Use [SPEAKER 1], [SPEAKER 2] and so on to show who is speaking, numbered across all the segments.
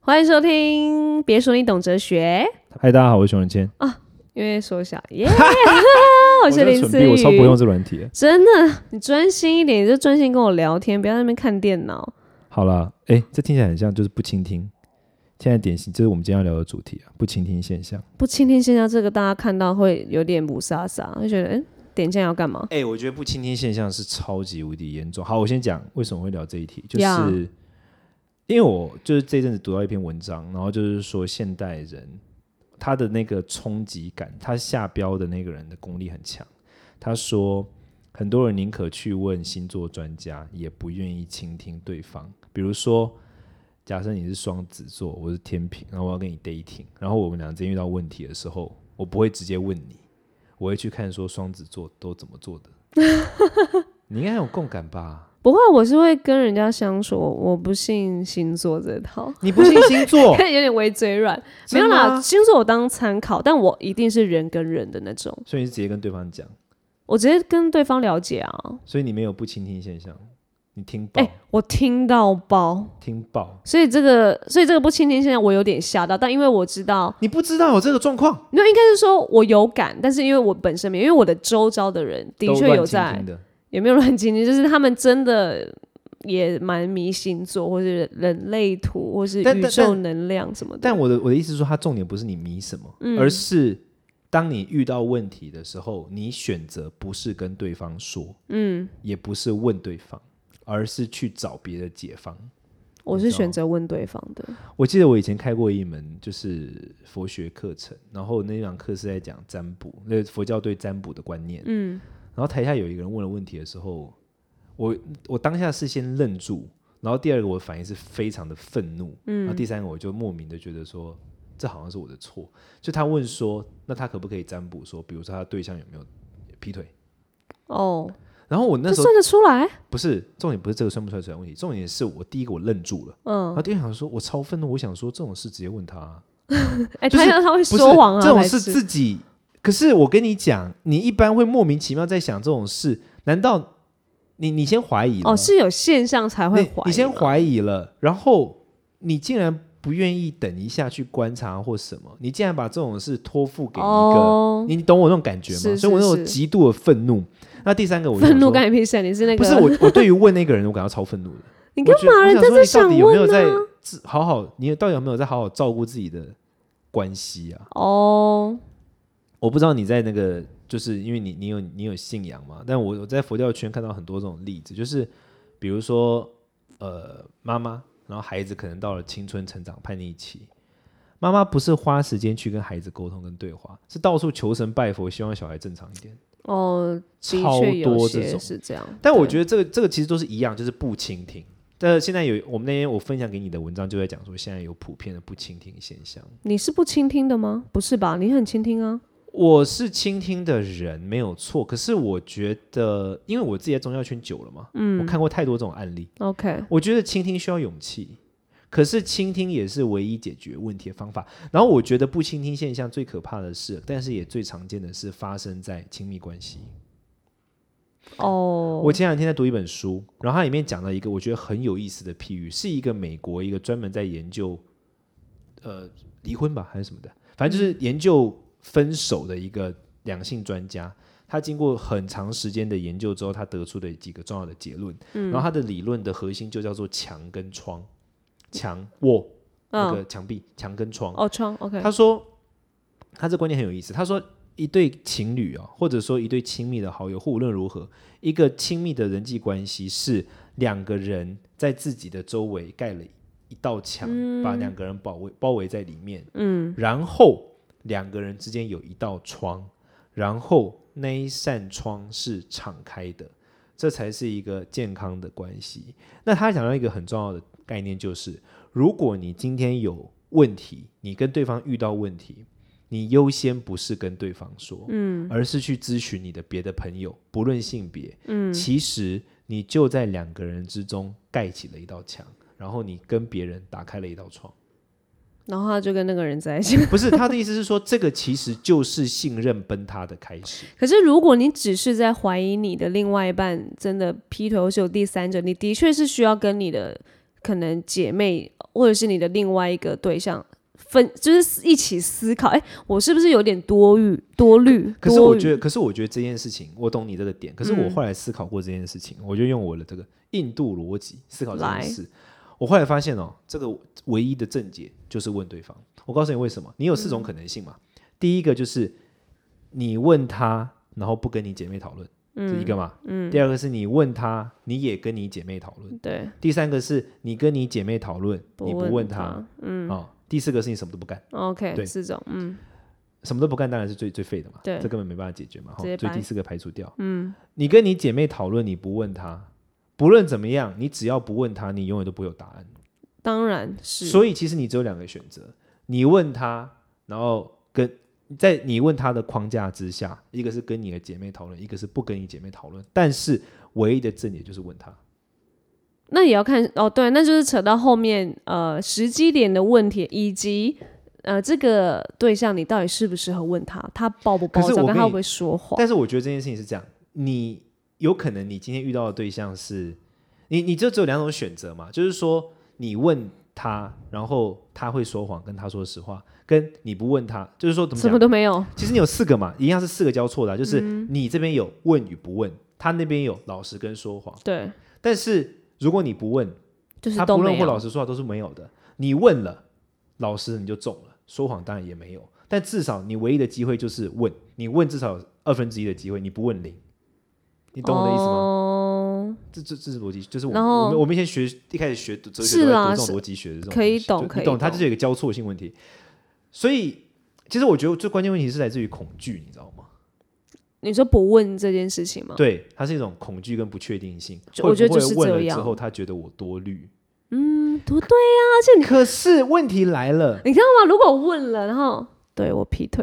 [SPEAKER 1] 欢迎收听，别说你懂哲学，
[SPEAKER 2] 嗨，大家好，我是熊仁谦，
[SPEAKER 1] 因为缩小 耶，我是
[SPEAKER 2] 在
[SPEAKER 1] 林
[SPEAKER 2] 蠢
[SPEAKER 1] 思
[SPEAKER 2] 逼我超不用
[SPEAKER 1] 雨。
[SPEAKER 2] 这软体的。
[SPEAKER 1] 真的，你专心一点，你就专心跟我聊天，不要在那边看电脑。
[SPEAKER 2] 好啦，哎、这听起来很像就是不倾听。现在典型就是我们今天要聊的主题啊，不倾听现象。
[SPEAKER 1] 不倾听现象这个，大家看到会有点不飒飒，会觉得嗯，点进来要干嘛？
[SPEAKER 2] 哎、我觉得不倾听现象是超级无敌严重。好，我先讲为什么会聊这一题，就是
[SPEAKER 1] Yeah
[SPEAKER 2] 因为我就是这阵子读到一篇文章，然后就是说现代人他的那个冲击感，他下标的那个人的功力很强。他说，很多人宁可去问星座专家，也不愿意倾听对方。比如说，假设你是双子座，我是天平，然后我要跟你 dating，然后我们俩之间遇到问题的时候，我不会直接问你，我会去看说双子座都怎么做的。你应该很有共感吧？
[SPEAKER 1] 不会，我是会跟人家相处，我我不信星座这套，
[SPEAKER 2] 你不信星座
[SPEAKER 1] 有？点微嘴软。没有
[SPEAKER 2] 哦真的
[SPEAKER 1] 啦，
[SPEAKER 2] 吗
[SPEAKER 1] 星座我当参考，但我一定是人跟人的那种，
[SPEAKER 2] 所以你是直接跟对方讲，
[SPEAKER 1] 我直接跟对方了解啊。
[SPEAKER 2] 所以你没有不倾听现象，你听爆、
[SPEAKER 1] 哎、我听到爆。
[SPEAKER 2] 听爆，
[SPEAKER 1] 所以这个，所以这个不亲近现象我有点吓到，但因为我知道，
[SPEAKER 2] 你不知道有这个状况，
[SPEAKER 1] 那应该是说我有感，但是因为我本身没有，因为我的周遭的人的
[SPEAKER 2] 都
[SPEAKER 1] 确
[SPEAKER 2] 乱
[SPEAKER 1] 有
[SPEAKER 2] 倾
[SPEAKER 1] 在
[SPEAKER 2] 听，的。
[SPEAKER 1] 也没有乱亲近，就是他们真的也蛮迷星座，或是人类图，或是
[SPEAKER 2] 但
[SPEAKER 1] 宇
[SPEAKER 2] 但
[SPEAKER 1] 宙
[SPEAKER 2] 但
[SPEAKER 1] 能量什么的。
[SPEAKER 2] 但我的我的意思是说，它重点不是你迷什么，
[SPEAKER 1] 嗯
[SPEAKER 2] 而是当你遇到问题的时候，你选择不是跟对方说，嗯，也不是问对方，而是去找别的解方。
[SPEAKER 1] 我是选择问对方的，
[SPEAKER 2] 我记得我以前开过一门就是佛学课程，然后那堂课是在讲占卜，那佛教对占卜的观念。嗯，然后台下有一个人问了问题的时候，我我当下是先愣住，然后第二个我反应是非常的愤怒，
[SPEAKER 1] 嗯
[SPEAKER 2] 然后第三个我就莫名的觉得说这好像是我的错。就他问说，那他可不可以占卜说，比如说他对象有没有劈腿？
[SPEAKER 1] 哦，
[SPEAKER 2] 然后我那
[SPEAKER 1] 这
[SPEAKER 2] 时候
[SPEAKER 1] 算得出来，
[SPEAKER 2] 不是重点，不是这个算不算出来的问题，重点是我第一个我愣住了，然
[SPEAKER 1] 嗯，
[SPEAKER 2] 后第二个想说我超愤怒，我想说这种事直接问他啊、
[SPEAKER 1] 哎、
[SPEAKER 2] 就是
[SPEAKER 1] 他他会
[SPEAKER 2] 不是
[SPEAKER 1] 说谎啊，
[SPEAKER 2] 这种
[SPEAKER 1] 还
[SPEAKER 2] 事
[SPEAKER 1] 是
[SPEAKER 2] 自己。可是我跟你讲，你一般会莫名其妙在想这种事，难道你你先怀疑了
[SPEAKER 1] 哦，是有现象才会
[SPEAKER 2] 你
[SPEAKER 1] 怀疑嘛，啊
[SPEAKER 2] 你先怀疑了，然后你竟然不愿意等一下去观察或什么，你竟然把这种事托付给一个，
[SPEAKER 1] 哦，
[SPEAKER 2] 你你懂我那种感觉吗？
[SPEAKER 1] 是
[SPEAKER 2] 所以我那
[SPEAKER 1] 是
[SPEAKER 2] 种
[SPEAKER 1] 是
[SPEAKER 2] 极度的愤怒。那第三个我就
[SPEAKER 1] 愤
[SPEAKER 2] 想
[SPEAKER 1] 怒
[SPEAKER 2] 说
[SPEAKER 1] 干你屁事啊，你是那个
[SPEAKER 2] 不是我，我对于问那个人，我感到超愤怒的。
[SPEAKER 1] 你
[SPEAKER 2] 我
[SPEAKER 1] 干
[SPEAKER 2] 觉得
[SPEAKER 1] 嘛？
[SPEAKER 2] 我
[SPEAKER 1] 人家在想
[SPEAKER 2] 想说你到底有没有
[SPEAKER 1] 问呢、啊
[SPEAKER 2] 在自好好，你到底有没有在好好照顾自己的关系啊？
[SPEAKER 1] 哦，
[SPEAKER 2] 我不知道你在那个，就是因为你你有你有信仰嘛，但我我在佛教圈看到很多这种例子，就是比如说呃妈妈，然后孩子可能到了青春成长叛逆期，妈妈不是花时间去跟孩子沟通跟对话，是到处求神拜佛，希望小孩正常一点，
[SPEAKER 1] 哦，的
[SPEAKER 2] 超
[SPEAKER 1] 确有
[SPEAKER 2] 多这
[SPEAKER 1] 些
[SPEAKER 2] 种。
[SPEAKER 1] 是这样，
[SPEAKER 2] 但我
[SPEAKER 1] 对
[SPEAKER 2] 觉得这个这个其实都是一样，就是不倾听。但现在有我们那天我分享给你的文章就在讲说，现在有普遍的不倾听现象。
[SPEAKER 1] 你是不倾听的吗？不是吧？你很倾听啊。
[SPEAKER 2] 我是倾听的人，没有错。可是我觉得，因为我自己在宗教圈久了嘛，我看过太多这种案例。
[SPEAKER 1] OK，
[SPEAKER 2] 我觉得倾听需要勇气，可是倾听也是唯一解决问题的方法。然后我觉得不倾听现象最可怕的是，但是也最常见的是发生在亲密关系。
[SPEAKER 1] 哦，
[SPEAKER 2] 我前两天在读一本书，然后它里面讲到一个我觉得很有意思的譬喻，是一个美国一个专门在研究，呃，离婚吧还是什么的，反正
[SPEAKER 1] 嗯
[SPEAKER 2] 就是研究分手的一个两性专家。他经过很长时间的研究之后，他得出的几个重要的结论，
[SPEAKER 1] 嗯
[SPEAKER 2] 然后他的理论的核心就叫做墙跟窗，墙卧、那
[SPEAKER 1] 嗯，
[SPEAKER 2] 个墙壁，墙跟窗。
[SPEAKER 1] 哦，窗 OK，
[SPEAKER 2] 他说，他这观念很有意思。他说，一对情侣啊，或者说一对亲密的好友，或无论如何，一个亲密的人际关系是两个人在自己的周围盖了一道墙，把两个人包围包围在里面。嗯，然后两个人之间有一道窗，然后那一扇窗是敞开的。这才是一个健康的关系。那他讲到一个很重要的概念，就是如果你今天有问题，你跟对方遇到问题，你优先不是跟对方说，嗯，而是去咨询你的别的朋友，不论性别，嗯，其实你就在两个人之中盖起了一道墙，然后你跟别人打开了一道窗。
[SPEAKER 1] 然后他就跟那个人在一起。
[SPEAKER 2] 不是他的意思是说，这个其实就是信任崩塌的开 始。
[SPEAKER 1] 可是如果你只是在怀疑你的另外一半真的劈腿或是有第三者，你的确是需要跟你的可能姐妹或者是你的另外一个对象分，就是一起思考，哎、我是不是有点多虑多虑？
[SPEAKER 2] 可是我觉
[SPEAKER 1] 得，
[SPEAKER 2] 得，可是我觉得这件事情，我懂你这个点。可是我
[SPEAKER 1] 嗯
[SPEAKER 2] 后来思考过这件事情，我就用我的这个印度逻辑思考这
[SPEAKER 1] 来
[SPEAKER 2] 件事。我后来发现哦，这个唯一的症结就是问对方。我告诉你为什么，你有四种可能性嘛。第一个就是你问他，然后不跟你姐妹讨论，是一个嘛。嗯。第二个是你问他，你也跟你姐妹讨论。
[SPEAKER 1] 对，
[SPEAKER 2] 第三个是你跟你姐妹讨论，你不问他啊、
[SPEAKER 1] 他，嗯
[SPEAKER 2] 第四个是你什么都不干。
[SPEAKER 1] ，OK，
[SPEAKER 2] 对
[SPEAKER 1] 四种，嗯，
[SPEAKER 2] 什么都不干当然是最最废的嘛，
[SPEAKER 1] 对
[SPEAKER 2] 这根本没办法解决嘛，
[SPEAKER 1] 直
[SPEAKER 2] 哈
[SPEAKER 1] 接
[SPEAKER 2] 所以
[SPEAKER 1] 掰
[SPEAKER 2] 第四个排除掉。嗯，你跟你姐妹讨论，你不问她，不论怎么样，你只要不问她，你永远都不会有答案。
[SPEAKER 1] 当然是，
[SPEAKER 2] 所以其实你只有两个选择，你问她，然后跟在你问她的框架之下，一个是跟你的姐妹讨论，一个是不跟你姐妹讨论。但是唯一的正解就是问她，
[SPEAKER 1] 那也要看哦，对，那就是扯到后面呃时机点的问题，以及呃这个对象你到底适不适合问他，他暴不暴
[SPEAKER 2] 可是
[SPEAKER 1] 躁，
[SPEAKER 2] 我
[SPEAKER 1] 跟
[SPEAKER 2] 跟
[SPEAKER 1] 他会
[SPEAKER 2] 你
[SPEAKER 1] 不会说谎？
[SPEAKER 2] 但是我觉得这件事情是这样，你有可能你今天遇到的对象是，你你就只有两种选择嘛，就是说你问他，然后他会说谎，跟他说实话，跟你不问他，就是说怎么
[SPEAKER 1] 什么
[SPEAKER 2] 讲？
[SPEAKER 1] 都没嗯有，
[SPEAKER 2] 其实你有四个嘛，一样是四个交错的啊、就是你这边有问与不问，他那边有老实跟说谎，
[SPEAKER 1] 对，
[SPEAKER 2] 但是如果你不问，
[SPEAKER 1] 就是
[SPEAKER 2] 他
[SPEAKER 1] 都
[SPEAKER 2] 不
[SPEAKER 1] 没
[SPEAKER 2] 论或
[SPEAKER 1] 有。
[SPEAKER 2] 老实说话都是没有的。你问了，老实你就中了；说谎当然也没有。但至少你唯一的机会就是问，你问至少有二分之一的机会，你不问零。你懂我的意思吗？
[SPEAKER 1] 哦，
[SPEAKER 2] 这这这是逻辑，就是我
[SPEAKER 1] 然
[SPEAKER 2] 们
[SPEAKER 1] 后
[SPEAKER 2] 我们我们以前学一开始学哲学
[SPEAKER 1] 是
[SPEAKER 2] 都在
[SPEAKER 1] 啦
[SPEAKER 2] 读这
[SPEAKER 1] 是
[SPEAKER 2] 种逻辑学的这种东西，
[SPEAKER 1] 可以
[SPEAKER 2] 就
[SPEAKER 1] 懂
[SPEAKER 2] 你
[SPEAKER 1] 可以
[SPEAKER 2] 懂，它
[SPEAKER 1] 懂
[SPEAKER 2] 就是有一个交错性问题。所以其实我觉得最关键问题是来自于恐惧，你知道吗？
[SPEAKER 1] 你说不问这件事情吗？
[SPEAKER 2] 对，它是一种恐惧跟不确定性。
[SPEAKER 1] 嗯就
[SPEAKER 2] 会
[SPEAKER 1] 我觉得
[SPEAKER 2] 不会
[SPEAKER 1] 就是
[SPEAKER 2] 问
[SPEAKER 1] 这
[SPEAKER 2] 了之
[SPEAKER 1] 样
[SPEAKER 2] 后，他觉得我多虑。
[SPEAKER 1] 嗯，不对呀、而且你
[SPEAKER 2] 可是问题来了，
[SPEAKER 1] 你知道吗？如果问了，然后对我劈腿，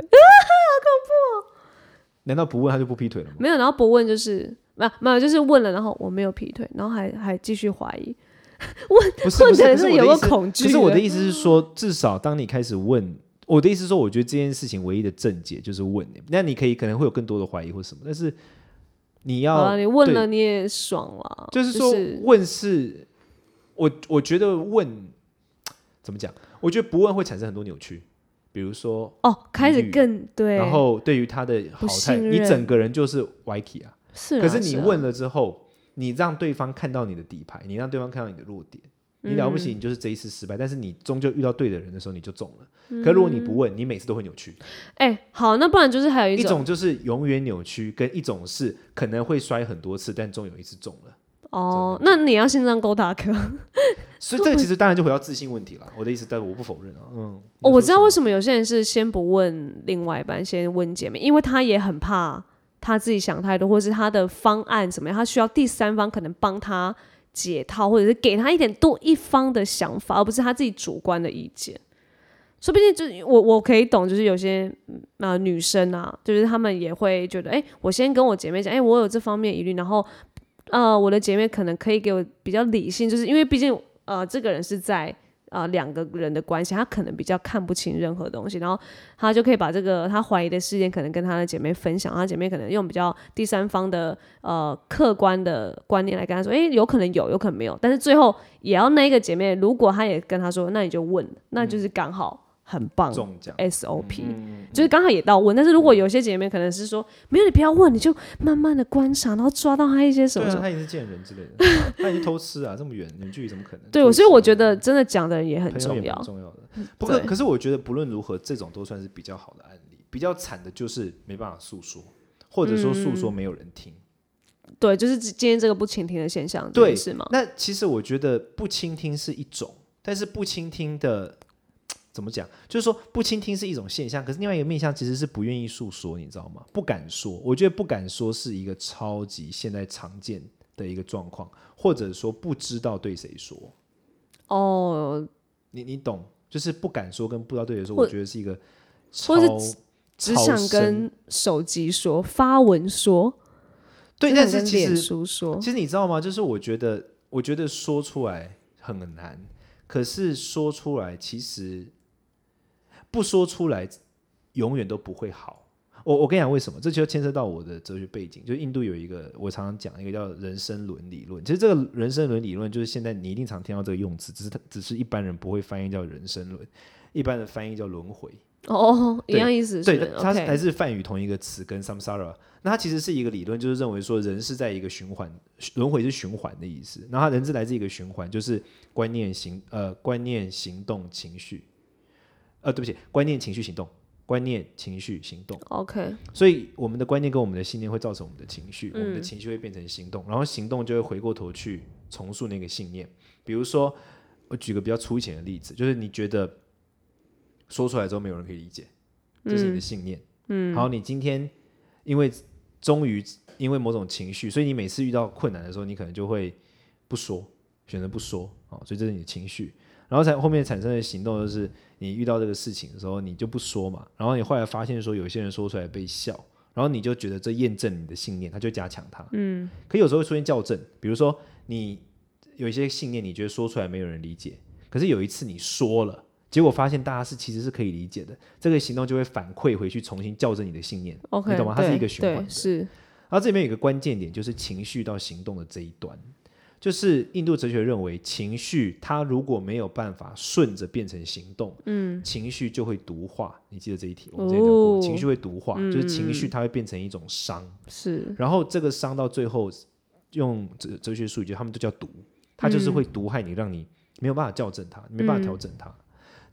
[SPEAKER 2] 难道不问他就不劈腿了吗？
[SPEAKER 1] 没有，然后不问就是没有没有，就是问了，然后我没有劈腿，然后还还继续怀疑，
[SPEAKER 2] 不是，
[SPEAKER 1] 问
[SPEAKER 2] 不是
[SPEAKER 1] 的
[SPEAKER 2] 可是我
[SPEAKER 1] 有
[SPEAKER 2] 的
[SPEAKER 1] 个
[SPEAKER 2] 意思
[SPEAKER 1] 恐惧。
[SPEAKER 2] 可是我的意思是说，至少当你开始问，我的意思是说，我觉得这件事情唯一的症结就是问。那你可以可能会有更多的怀疑或什么，但是你要、
[SPEAKER 1] 好了，你问
[SPEAKER 2] 对
[SPEAKER 1] 了你也爽了，
[SPEAKER 2] 就是说问是，我我觉得问怎么讲？我觉得不问会产生很多扭曲，比如说，
[SPEAKER 1] 哦，开始
[SPEAKER 2] 疑虑
[SPEAKER 1] 更对，
[SPEAKER 2] 然后对于他的
[SPEAKER 1] 不
[SPEAKER 2] 好态，
[SPEAKER 1] 信
[SPEAKER 2] 你
[SPEAKER 1] 任
[SPEAKER 2] 整个人就是 YK 啊。
[SPEAKER 1] 是啊，
[SPEAKER 2] 可是你
[SPEAKER 1] 是啊
[SPEAKER 2] 问了之后，你让对方看到你的底牌，你让对方看到你的弱点。
[SPEAKER 1] 嗯
[SPEAKER 2] 你了不起，你就是这一次失败，但是你终究遇到对的人的时候，你就中了。
[SPEAKER 1] 嗯
[SPEAKER 2] 可如果你不问，你每次都会扭曲。
[SPEAKER 1] 哎、好，那不然就是还有
[SPEAKER 2] 一
[SPEAKER 1] 一
[SPEAKER 2] 种就是永远扭曲，跟一种是可能会摔很多次，但终有一次中了。
[SPEAKER 1] 哦，那你要心脏够大颗。
[SPEAKER 2] 所以这个其实当然就回到自信问题了。我的意思，但我不否认啊，嗯，
[SPEAKER 1] 哦，我知道为
[SPEAKER 2] 什
[SPEAKER 1] 什么有些人是先不问另外一半，先问姐妹，因为他也很怕他自己想太多，或是他的方案怎么样，他需要第三方可能帮他解套，或者是给他一点多一方的想法，而不是他自己主观的意见。说不定就是我我可以懂，就是有些嗯呃女生啊，就是她们也会觉得，哎、我先跟我姐妹讲，哎、我有这方面疑虑，然后呃，我的姐妹可能可以给我比较理性，就是因为毕竟呃，这个人是在呃两个人的关系，他可能比较看不清任何东西，然后他就可以把这个他怀疑的事件可能跟他的姐妹分享，啊他姐妹可能用比较第三方的呃客观的观念来跟他说，诶，有可能有，有可能没有，但是最后也要那一个姐妹，如果她也跟他说，那你就问，那就是刚
[SPEAKER 2] 嗯
[SPEAKER 1] 好很棒
[SPEAKER 2] 么，中奖？
[SPEAKER 1] 哎 SOP，、就是刚好也到问，但是如果有些姐妹可能是说，没有你不要问，你就慢慢的观察，然后抓到她一些什
[SPEAKER 2] 对
[SPEAKER 1] 么什么。
[SPEAKER 2] 啊，他也是贱人之类的，他也是偷吃啊，这么远远距离怎么可能？
[SPEAKER 1] 对，
[SPEAKER 2] 偷吃
[SPEAKER 1] 所以我
[SPEAKER 2] 啊
[SPEAKER 1] 觉得真的讲的人也很
[SPEAKER 2] 朋
[SPEAKER 1] 重
[SPEAKER 2] 友也
[SPEAKER 1] 要嗯
[SPEAKER 2] 蛮。重要的。不过，
[SPEAKER 1] 对
[SPEAKER 2] 可是我觉得不论如何，这种都算是比较好的案例。比较惨的就是没办法诉说，或者说诉说
[SPEAKER 1] 嗯
[SPEAKER 2] 没有人听。
[SPEAKER 1] 对，就是今天这个不倾听的现象，
[SPEAKER 2] 对
[SPEAKER 1] 是吗？
[SPEAKER 2] 那其实我觉得不倾听是一种，但是不倾听的怎么讲？就是说不倾听是一种现象，可是另外一个面向其实是不愿意诉说，你知道吗？不敢说。我觉得不敢说是一个超级现在常见的一个状况，或者说不知道对谁说。
[SPEAKER 1] 哦，
[SPEAKER 2] 你你懂，就是不敢说跟不知道对谁说，
[SPEAKER 1] 或
[SPEAKER 2] 我觉得是一个超
[SPEAKER 1] 或是只
[SPEAKER 2] 超
[SPEAKER 1] 想
[SPEAKER 2] 深
[SPEAKER 1] 跟手机说，发文说，
[SPEAKER 2] 对，
[SPEAKER 1] 只
[SPEAKER 2] 但
[SPEAKER 1] 想
[SPEAKER 2] 是
[SPEAKER 1] 跟
[SPEAKER 2] 其
[SPEAKER 1] 脸
[SPEAKER 2] 实
[SPEAKER 1] 书说
[SPEAKER 2] 其，实你知道吗？就是我觉得我觉得说出来很难，可是说出来其实不说出来永远都不会好。我我跟你讲为什么，这就牵涉到我的哲学背景。就是印度有一个我常常讲一个叫人生伦理论，其实这个人生伦理论就是现在你一定常听到这个用词，只是它只是一般人不会翻译叫人生伦，一般的翻译叫轮回。
[SPEAKER 1] 哦，一
[SPEAKER 2] 对
[SPEAKER 1] 样意思是
[SPEAKER 2] 对
[SPEAKER 1] 不是，
[SPEAKER 2] 它它还
[SPEAKER 1] OK，
[SPEAKER 2] 是梵语同一个词跟 samsara。那它其实是一个理论，就是认为说人是在一个循环，轮回是循环的意思。然后它人是来自一个循环，就是观念行呃观念行动情绪，呃对不起，观念情绪行动，观念情绪行动。
[SPEAKER 1] OK，
[SPEAKER 2] 所以我们的观念跟我们的信念会造成我们的情绪，
[SPEAKER 1] 嗯
[SPEAKER 2] 我们的情绪会变成行动，然后行动就会回过头去重塑那个信念。比如说，我举个比较粗浅的例子，就是你觉得说出来之后没有人可以理解，这是你的信念。嗯，好，你今天因为终于因为某种情绪，所以你每次遇到困难的时候，你可能就会不说，选择不说啊、哦，所以这是你的情绪。然后才后面产生的行动就是，你遇到这个事情的时候，你就不说嘛，然后你后来发现说有些人说出来被笑，然后你就觉得这验证你的信念，他就加强它。嗯，可有时候会出现校正，比如说你有一些信念，你觉得说出来没有人理解，可是有一次你说了，结果发现大家是其实是可以理解的，这个行动就会反馈回去重新校正你的信念。
[SPEAKER 1] OK，
[SPEAKER 2] 你懂吗？它是
[SPEAKER 1] 对
[SPEAKER 2] 一个循环
[SPEAKER 1] 对
[SPEAKER 2] 的。
[SPEAKER 1] 是
[SPEAKER 2] 然后这里面有一个关键点，就是情绪到行动的这一端，就是印度哲学认为，情绪它如果没有办法顺着变成行动，嗯，情绪就会毒化。你记得这一题，我们之前聊过，
[SPEAKER 1] 哦
[SPEAKER 2] 情绪会毒化，就是情绪它会变成一种伤，
[SPEAKER 1] 是
[SPEAKER 2] 然后这个伤到最后，用哲哲学术语，就他们就叫毒，它就是会毒害你，让你没有办法校正它，没办法调整它。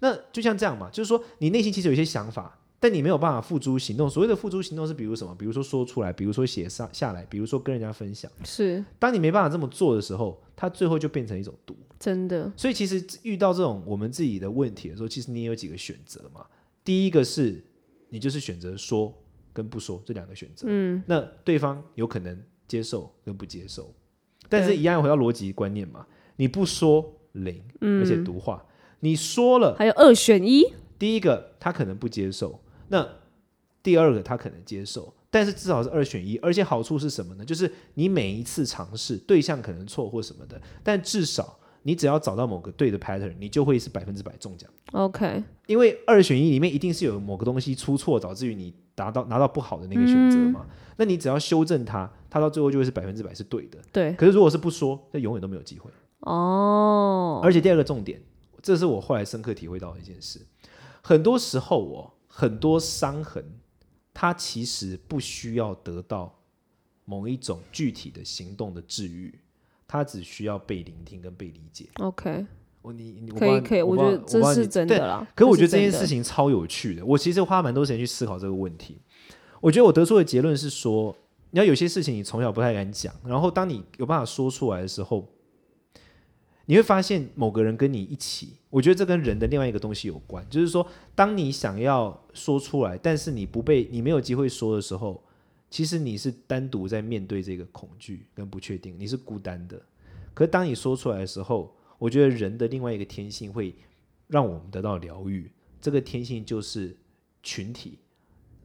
[SPEAKER 2] 那就像这样嘛，就是说你内心其实有一些想法，但你没有办法付诸行动。所谓的付诸行动是比如什么？比如说说出来，比如说写下下来，比如说跟人家分享。
[SPEAKER 1] 是
[SPEAKER 2] 当你没办法这么做的时候，它最后就变成一种毒。
[SPEAKER 1] 真的，
[SPEAKER 2] 所以其实遇到这种我们自己的问题的时候，其实你也有几个选择嘛。第一个是你就是选择说跟不说这两个选择，嗯，那对方有可能接受跟不接受，但是
[SPEAKER 1] 对
[SPEAKER 2] 一样回到逻辑观念嘛，你不说零，而且毒化，你说了
[SPEAKER 1] 还有二选一，
[SPEAKER 2] 第一个他可能不接受，那第二个他可能接受，但是至少是二选一，而且好处是什么呢？就是你每一次尝试对象可能错或什么的，但至少你只要找到某个对的 pattern，你就会是百分之百中奖。
[SPEAKER 1] OK，
[SPEAKER 2] 因为二选一里面一定是有某个东西出错，导致于你达到拿到不好的那个选择嘛。那你只要修正它，它到最后就会是百分之百是对的。
[SPEAKER 1] 对，
[SPEAKER 2] 可是如果是不说，那永远都没有机会。
[SPEAKER 1] 哦，
[SPEAKER 2] 而且第二个重点，这是我后来深刻体会到的一件事。很多时候哦，很多伤痕，它其实不需要得到某一种具体的行动的治愈，它只需要被聆听跟被理解。
[SPEAKER 1] OK，
[SPEAKER 2] 我你你
[SPEAKER 1] 可以可以，我
[SPEAKER 2] 我不
[SPEAKER 1] 觉
[SPEAKER 2] 知
[SPEAKER 1] 得这
[SPEAKER 2] 道我不知道我不知道
[SPEAKER 1] 是
[SPEAKER 2] 你
[SPEAKER 1] 真
[SPEAKER 2] 对
[SPEAKER 1] 的啊啦。
[SPEAKER 2] 可我
[SPEAKER 1] 是
[SPEAKER 2] 觉得这
[SPEAKER 1] 真
[SPEAKER 2] 件
[SPEAKER 1] 的
[SPEAKER 2] 事，情超有趣的，我其实花蛮多时间去思考这个问题。我觉得我得出的结论是说，你要有些事情你从小不太敢讲，然后当你有办法说出来的时候，你会发现某个人跟你一起。我觉得这跟人的另外一个东西有关，就是说，当你想要说出来，但是你不被你没有机会说的时候，其实你是单独在面对这个恐惧跟不确定，你是孤单的。可是当你说出来的时候，我觉得人的另外一个天性会让我们得到疗愈。这个天性就是群体，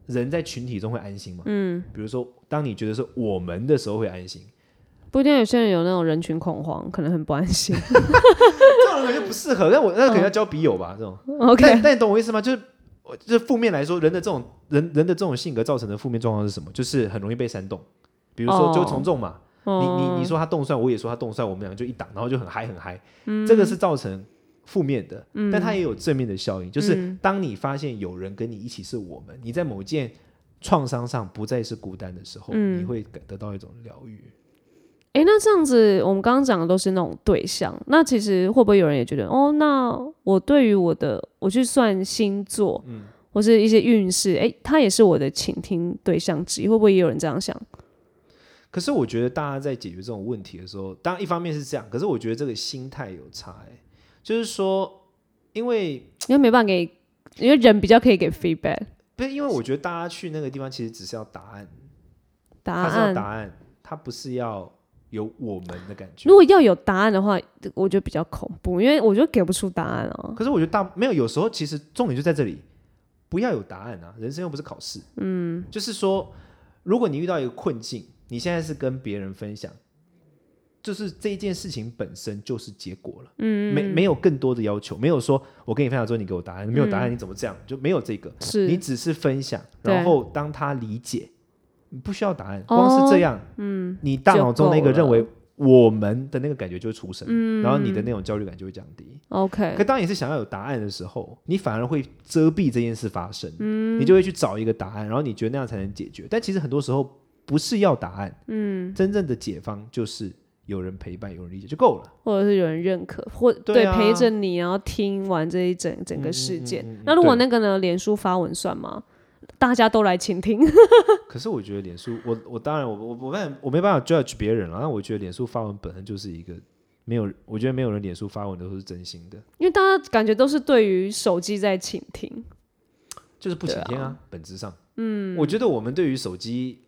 [SPEAKER 2] 人在群体中会安心嘛？嗯，比如说，当你觉得是我们的时候会安心，
[SPEAKER 1] 不一定有些人有那种人群恐慌，可能很不安心。
[SPEAKER 2] 这种人可能就不适合。那我那可能要交笔友吧，这种。但
[SPEAKER 1] OK，
[SPEAKER 2] 但你懂我意思吗？就是我就是负面来说，人的这种人人的这种性格造成的负面状况是什么？就是很容易被煽动。比如说，
[SPEAKER 1] 哦
[SPEAKER 2] 就从众嘛，你你你说他动算，我也说他动算，我们两个就一打，然后就很嗨很嗨，
[SPEAKER 1] 嗯
[SPEAKER 2] 这个是造成负面的，但它也有正面的效应，
[SPEAKER 1] 嗯
[SPEAKER 2] 就是当你发现有人跟你一起是我们，你在某件创伤上不再是孤单的时候，
[SPEAKER 1] 嗯
[SPEAKER 2] 你会感得到一种疗愈。
[SPEAKER 1] 哎、那这样子，我们刚刚讲的都是那种对象，那其实会不会有人也觉得，哦，那我对于我的，我去算星座，
[SPEAKER 2] 嗯
[SPEAKER 1] 或是一些运势，哎、他也是我的倾听对象之一，会不会也有人这样想？
[SPEAKER 2] 可是我觉得大家在解决这种问题的时候，当然一方面是这样，可是我觉得这个心态有差、欸，就是说，因为
[SPEAKER 1] 因为没办法给，因为人比较可以给 feedback
[SPEAKER 2] 不是因为我觉得大家去那个地方其实只是要答案，
[SPEAKER 1] 答
[SPEAKER 2] 他是要
[SPEAKER 1] 案。
[SPEAKER 2] 答案，他不是要有我们的感觉
[SPEAKER 1] 如。果要有答案的话，我觉得比较恐怖，因为我觉得给不出答案啊。
[SPEAKER 2] 可是我觉得大没有，有时候其实重点就在这里，不要有答案啊，人生又不是考试。嗯，就是说，如果你遇到一个困境，你现在是跟别人分享，就是这一件事情本身就是结果了，嗯，没没有更多的要求，没有说我跟你分享之后你给我答案，没有答案你怎么这样，就没有这个，
[SPEAKER 1] 是
[SPEAKER 2] 你只是分享，
[SPEAKER 1] 对
[SPEAKER 2] 然后当他理解，你不需要答案，光是这样，嗯，你大脑中那
[SPEAKER 1] 就够
[SPEAKER 2] 个
[SPEAKER 1] 了
[SPEAKER 2] 认为我们的那个感觉就会出神，然后你的那种焦虑感就会降低。
[SPEAKER 1] OK，
[SPEAKER 2] 可当你是想要有答案的时候，你反而会遮蔽这件事发生，
[SPEAKER 1] 嗯
[SPEAKER 2] 你就会去找一个答案，然后你觉得那样才能解决。但其实很多时候不是要答案，嗯，真正的解放就是有人陪伴，有人理解就够了。
[SPEAKER 1] 或者是有人认可，或
[SPEAKER 2] 对啊
[SPEAKER 1] 陪着你，然后听完这一整整个事件。
[SPEAKER 2] 嗯嗯嗯嗯
[SPEAKER 1] 那如果
[SPEAKER 2] 对
[SPEAKER 1] 那个呢，脸书发文算吗？大家都来倾听，
[SPEAKER 2] 可是我觉得脸书，我我当然我我我没我没办法 judge 别人了，但我觉得脸书发文本身就是一个没有，我觉得没有人脸书发文都是真心的，
[SPEAKER 1] 因为大家感觉都是对于手机在倾听。
[SPEAKER 2] 就是不
[SPEAKER 1] 对
[SPEAKER 2] 晴
[SPEAKER 1] 啊
[SPEAKER 2] 天啊，本质上，嗯，我觉得我们对于手机，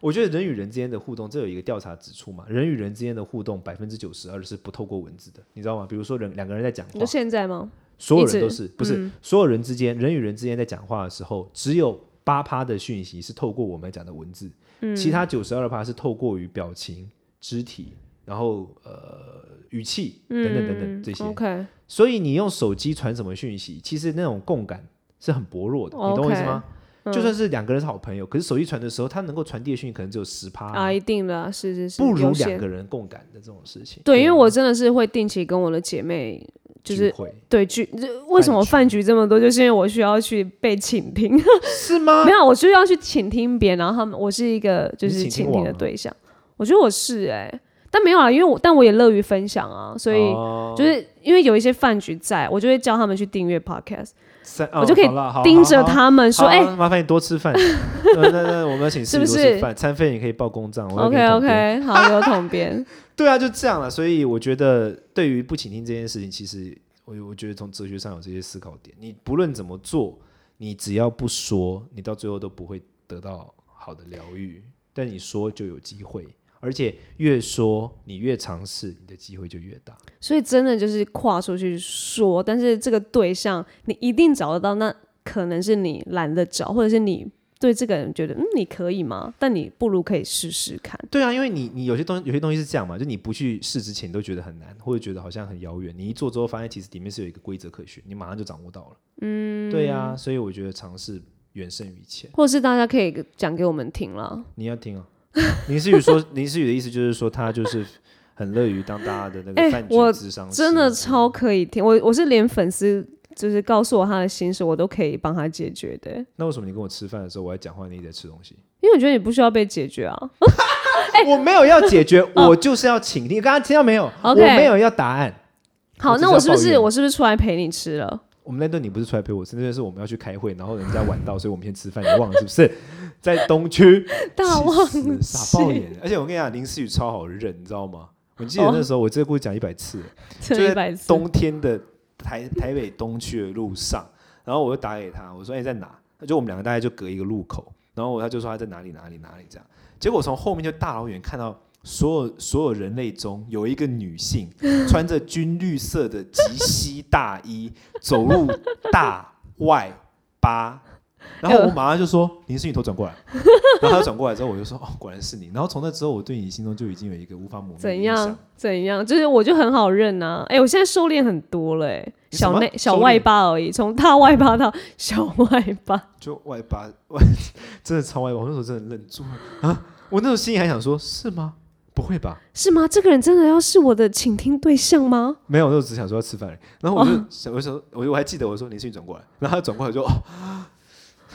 [SPEAKER 2] 我觉得人与人之间的互动，这有一个调查指出嘛，人与人之间的互动百分之九十二是不透过文字的，你知道吗？比如说人两个人在讲
[SPEAKER 1] 你
[SPEAKER 2] 话
[SPEAKER 1] 说，现在吗？
[SPEAKER 2] 所有
[SPEAKER 1] 一直嗯
[SPEAKER 2] 人都是不是、所有人之间，人与人之间在讲话的时候，只有八趴的讯息是透过我们讲的文字，
[SPEAKER 1] 嗯
[SPEAKER 2] 其他九十二趴是透过于表情、肢体，然后呃语气等等等等这些。
[SPEAKER 1] 嗯 OK，
[SPEAKER 2] 所以你用手机传什么讯息，其实那种共感是很薄弱的，你懂我意思吗？
[SPEAKER 1] 嗯
[SPEAKER 2] 就算是两个人是好朋友，可是手机传的时候，它能够传递的讯息可能只有十趴、
[SPEAKER 1] 啊，一定的啊，是是是，
[SPEAKER 2] 不如
[SPEAKER 1] 有
[SPEAKER 2] 两
[SPEAKER 1] 限
[SPEAKER 2] 个人共感的这种事情。
[SPEAKER 1] 对，因为我真的是会定期跟我的姐妹，就
[SPEAKER 2] 聚
[SPEAKER 1] 是
[SPEAKER 2] 会
[SPEAKER 1] 对聚，就为什么
[SPEAKER 2] 饭
[SPEAKER 1] 饭局这么多，就是因为我需要去被倾 听，
[SPEAKER 2] 是吗
[SPEAKER 1] 没？有，我需要去倾听别人，然后他们，我是一个就
[SPEAKER 2] 你
[SPEAKER 1] 是
[SPEAKER 2] 倾听
[SPEAKER 1] 倾听
[SPEAKER 2] 王
[SPEAKER 1] 的
[SPEAKER 2] 吗
[SPEAKER 1] 对象，我觉得我是哎、但没有啊，因为我但我也乐于分享啊，所以
[SPEAKER 2] 哦
[SPEAKER 1] 就是因为有一些饭局在，我就会叫他们去订阅 podcast，
[SPEAKER 2] 三哦
[SPEAKER 1] 我就可以盯着他们说，哎、
[SPEAKER 2] 好麻烦你多吃 饭。那那那，我们要请
[SPEAKER 1] 是
[SPEAKER 2] 师
[SPEAKER 1] 不
[SPEAKER 2] 傅吃
[SPEAKER 1] 是
[SPEAKER 2] 饭，餐费你可以报公账。我
[SPEAKER 1] o
[SPEAKER 2] 会给
[SPEAKER 1] k
[SPEAKER 2] 你统编
[SPEAKER 1] OK，好，有统编，
[SPEAKER 2] 对啊，就这样了。所以我觉得，对于不倾听这件事情，其实我我觉得从哲学上有这些思考点。你不论怎么做，你只要不说，你到最后都不会得到好的疗愈。但你说就有机会，而且越说你越尝试，你的机会就越大。
[SPEAKER 1] 所以真的就是跨出去说，但是这个对象你一定找得到，那可能是你懒得找，或者是你对这个人觉得嗯你可以吗？但你不如可以试试看。
[SPEAKER 2] 对啊，因为你你有些东西有些东西是这样嘛，就你不去试之前你都觉得很难，或者觉得好像很遥远，你一做之后发现其实里面是有一个规则可循，你马上就掌握到了。嗯，对啊，所以我觉得尝试远胜于前。
[SPEAKER 1] 或者是大家可以讲给我们听啦。
[SPEAKER 2] 你要听啊、 林思 雨说，林思雨的意思就是说，他就是很乐于当大家的那
[SPEAKER 1] 哎
[SPEAKER 2] 个饭局
[SPEAKER 1] 我
[SPEAKER 2] 智商师、
[SPEAKER 1] 真的超可以听。我我是连粉丝就是告诉我他的心事，我都可以帮他解决的，
[SPEAKER 2] 那为什么你跟我吃饭的时候，我还讲话，你一直在吃东西？
[SPEAKER 1] 因为我觉得你不需要被解决啊。
[SPEAKER 2] 我没有要解 决，我就是要请听。刚刚听到没有
[SPEAKER 1] 哦 OK
[SPEAKER 2] 我没有要答案。
[SPEAKER 1] 好，
[SPEAKER 2] 我只是
[SPEAKER 1] 那我是不
[SPEAKER 2] 要抱
[SPEAKER 1] 是
[SPEAKER 2] 怨
[SPEAKER 1] 我是不是出来陪你吃 了？
[SPEAKER 2] 我们那顿你不是出来陪我吃，那顿是我们要去开会，然后人家晚到，所以我们先吃饭。你忘了是 不是？在东区，
[SPEAKER 1] 大
[SPEAKER 2] 气
[SPEAKER 1] 忘
[SPEAKER 2] 死傻爆眼。而且我跟你讲，林思雨超好认，你知道吗？我记得
[SPEAKER 1] 哦
[SPEAKER 2] 那时候我这个故事讲一百次了。就
[SPEAKER 1] 这一百
[SPEAKER 2] 在
[SPEAKER 1] 次，
[SPEAKER 2] 冬天的台台北东区的路上，然后我就打给他，我说：“哎、在哪？”就我们两个大概就隔一个路口，然后他就说他在哪里哪里哪里这样。结果我从后面就大老远看到所有所有人类中有一个女性 穿着军绿色的及膝大衣走入大外八。然后我马上就说：“林思雨，头转过来。” 然后他转过来之后，我就说：“哦，果然是你。”然后从那之后，我对你心中就已经有一个无法磨灭的
[SPEAKER 1] 怎
[SPEAKER 2] 印象
[SPEAKER 1] 样怎样？就是我就很好认啊。哎、我现在收敛很多了、哎，
[SPEAKER 2] 你什
[SPEAKER 1] 小
[SPEAKER 2] 么
[SPEAKER 1] 内小
[SPEAKER 2] 收敛
[SPEAKER 1] 外八而已，从大外八到 小外八。
[SPEAKER 2] 就外八 外，真的超外八，我那时候真的愣住了啊！我那时候心里还想说，是吗？不会吧？
[SPEAKER 1] 是吗？这个人真的要是我的倾听对象吗？
[SPEAKER 2] 没有，我就只想说要吃饭而已。然后我就
[SPEAKER 1] 哦
[SPEAKER 2] 想，我就说，我就我还记得，我说林思雨转过来，然后他转过来就、哦、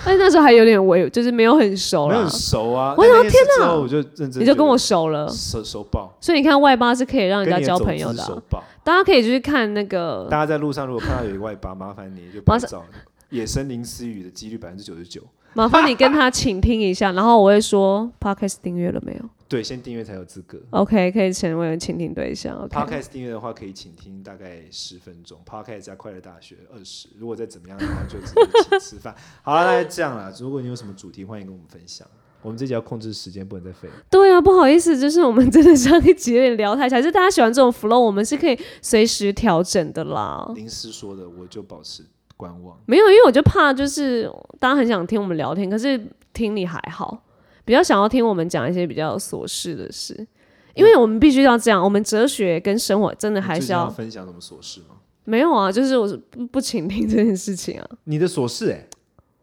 [SPEAKER 1] 但是哎那时候还有点微，就是没有很熟
[SPEAKER 2] 没有
[SPEAKER 1] 啦
[SPEAKER 2] 很。熟啊。
[SPEAKER 1] 我
[SPEAKER 2] 但
[SPEAKER 1] 想
[SPEAKER 2] 那天哪！之后我就认真，
[SPEAKER 1] 你就跟我熟了，
[SPEAKER 2] 熟熟爆，
[SPEAKER 1] 所以你看外八是可以让人
[SPEAKER 2] 跟
[SPEAKER 1] 家
[SPEAKER 2] 你的
[SPEAKER 1] 交
[SPEAKER 2] 种
[SPEAKER 1] 朋友
[SPEAKER 2] 子
[SPEAKER 1] 的啊、
[SPEAKER 2] 熟爆。
[SPEAKER 1] 大家可以就是看那个
[SPEAKER 2] 大家在路上如果看到有一个外八，麻烦你就
[SPEAKER 1] 马
[SPEAKER 2] 拍
[SPEAKER 1] 上
[SPEAKER 2] 照。野生林思雨的几率百分之九十九，
[SPEAKER 1] 麻烦你跟他倾听一下，然后我会说 podcast 订阅了没有
[SPEAKER 2] 对，先订阅才有资格。
[SPEAKER 1] ？OK，可以成为倾听对象。OK，
[SPEAKER 2] Podcast 订阅的话，可以请听大概十分钟。Podcast 加快乐大学二十，如果再怎么样的话，就只能请吃饭。 好了，大概这样啦。如果你有什么主题，欢迎跟我们分享。我们这集要控制时间，不能再废了。
[SPEAKER 1] 对啊，不好意思，就是我们真的上一集有点聊太长，就是大家喜欢这种 flow，我们是可以随时调整的啦。
[SPEAKER 2] 临时说的，我就保持观望。
[SPEAKER 1] 没有，因为我就怕就是大家很想听我们聊天，可是听你还好，比较想要听我们讲一些比较琐事的事。因为我们必须要这样，我们哲学跟生活真的
[SPEAKER 2] 你
[SPEAKER 1] 还
[SPEAKER 2] 最
[SPEAKER 1] 是
[SPEAKER 2] 近要
[SPEAKER 1] 要
[SPEAKER 2] 分享什么琐事吗？
[SPEAKER 1] 没有啊，就是我是不不倾听这件事情啊。
[SPEAKER 2] 你的琐事哎、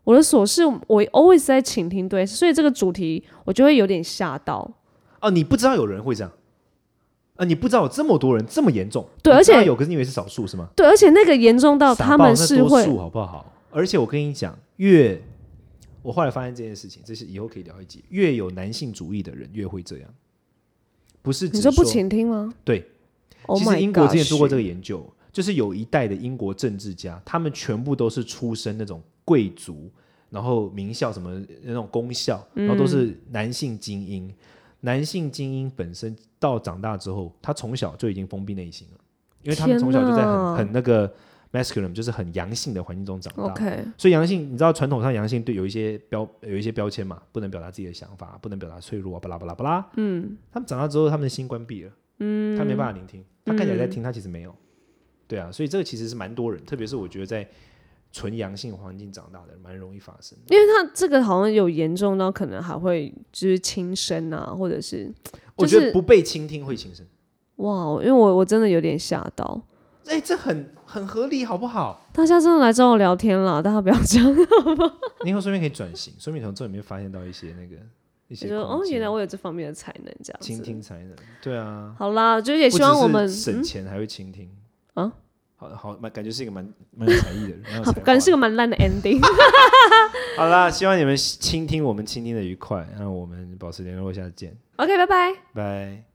[SPEAKER 1] 我的琐事，我 always 在倾听对，所以这个主题我就会有点吓到。
[SPEAKER 2] 哦，你不知道有人会这样，啊，你不知道有这么多人这么严重，
[SPEAKER 1] 对
[SPEAKER 2] 你
[SPEAKER 1] 而且
[SPEAKER 2] 知道有，可是你以为是少数是吗？
[SPEAKER 1] 对，而且那个严重到
[SPEAKER 2] 傻
[SPEAKER 1] 他
[SPEAKER 2] 爆
[SPEAKER 1] 们
[SPEAKER 2] 那
[SPEAKER 1] 是
[SPEAKER 2] 多
[SPEAKER 1] 会
[SPEAKER 2] 数好不好？而且我跟你讲，越我后来发现这件事情，这是以后可以聊一集，越有男性主义的人越会这样，不是只
[SPEAKER 1] 你说不倾听吗？
[SPEAKER 2] 对，
[SPEAKER 1] Oh
[SPEAKER 2] 其实
[SPEAKER 1] my
[SPEAKER 2] 英国之前做过这
[SPEAKER 1] gosh
[SPEAKER 2] 个研究，就是有一代的英国政治家，他们全部都是出身那种贵族，然后名校什么那种公校，
[SPEAKER 1] 嗯
[SPEAKER 2] 然后都是男性精英。男性精英本身到长大之后，他从小就已经封闭内心了，因为他们
[SPEAKER 1] 天
[SPEAKER 2] 从小就在很
[SPEAKER 1] 哪
[SPEAKER 2] 很那个 masculine，就是很阳性的环境中长大。
[SPEAKER 1] OK，
[SPEAKER 2] 所以阳性，你知道传统上阳性对有一些标有一些标签嘛，不能表达自己的想法，不能表达脆弱啊，巴拉巴拉巴拉。嗯，他们长大之后，他们的心关闭了，嗯，他没办法聆听，他看起来
[SPEAKER 1] 嗯
[SPEAKER 2] 在听，他其实没有。对啊，所以这个其实是蛮多人，特别是我觉得在纯阳性环境长大的，蛮容易发生的。
[SPEAKER 1] 因为他这个好像有严重到可能还会就是轻生啊，或者是
[SPEAKER 2] 我觉得不被倾听会轻生，
[SPEAKER 1] 哇，因为我我真的有点吓到。
[SPEAKER 2] 哎、这很很合理，好不好？
[SPEAKER 1] 大家真的来找我聊天啦，大家不要这样。
[SPEAKER 2] 你以后顺便可以转型，顺便从这里面发现到一些那个一
[SPEAKER 1] 我
[SPEAKER 2] 些
[SPEAKER 1] 觉得哦
[SPEAKER 2] 空，间
[SPEAKER 1] 原来我有这方面的才能，这样
[SPEAKER 2] 倾
[SPEAKER 1] 子。
[SPEAKER 2] 听才能，对啊，
[SPEAKER 1] 好啦，就也哎希
[SPEAKER 2] 不只
[SPEAKER 1] 望
[SPEAKER 2] 是
[SPEAKER 1] 我们嗯
[SPEAKER 2] 省钱还会倾听
[SPEAKER 1] 啊，
[SPEAKER 2] 好好蛮感觉是一个蛮蛮有才艺的 人，蛮有才
[SPEAKER 1] 好
[SPEAKER 2] 华的
[SPEAKER 1] 感觉是个蛮烂的 ending。
[SPEAKER 2] 好啦，希望你们倾听我们倾听的愉快，让我们保持联络，下次见，
[SPEAKER 1] OK，拜拜。
[SPEAKER 2] 拜。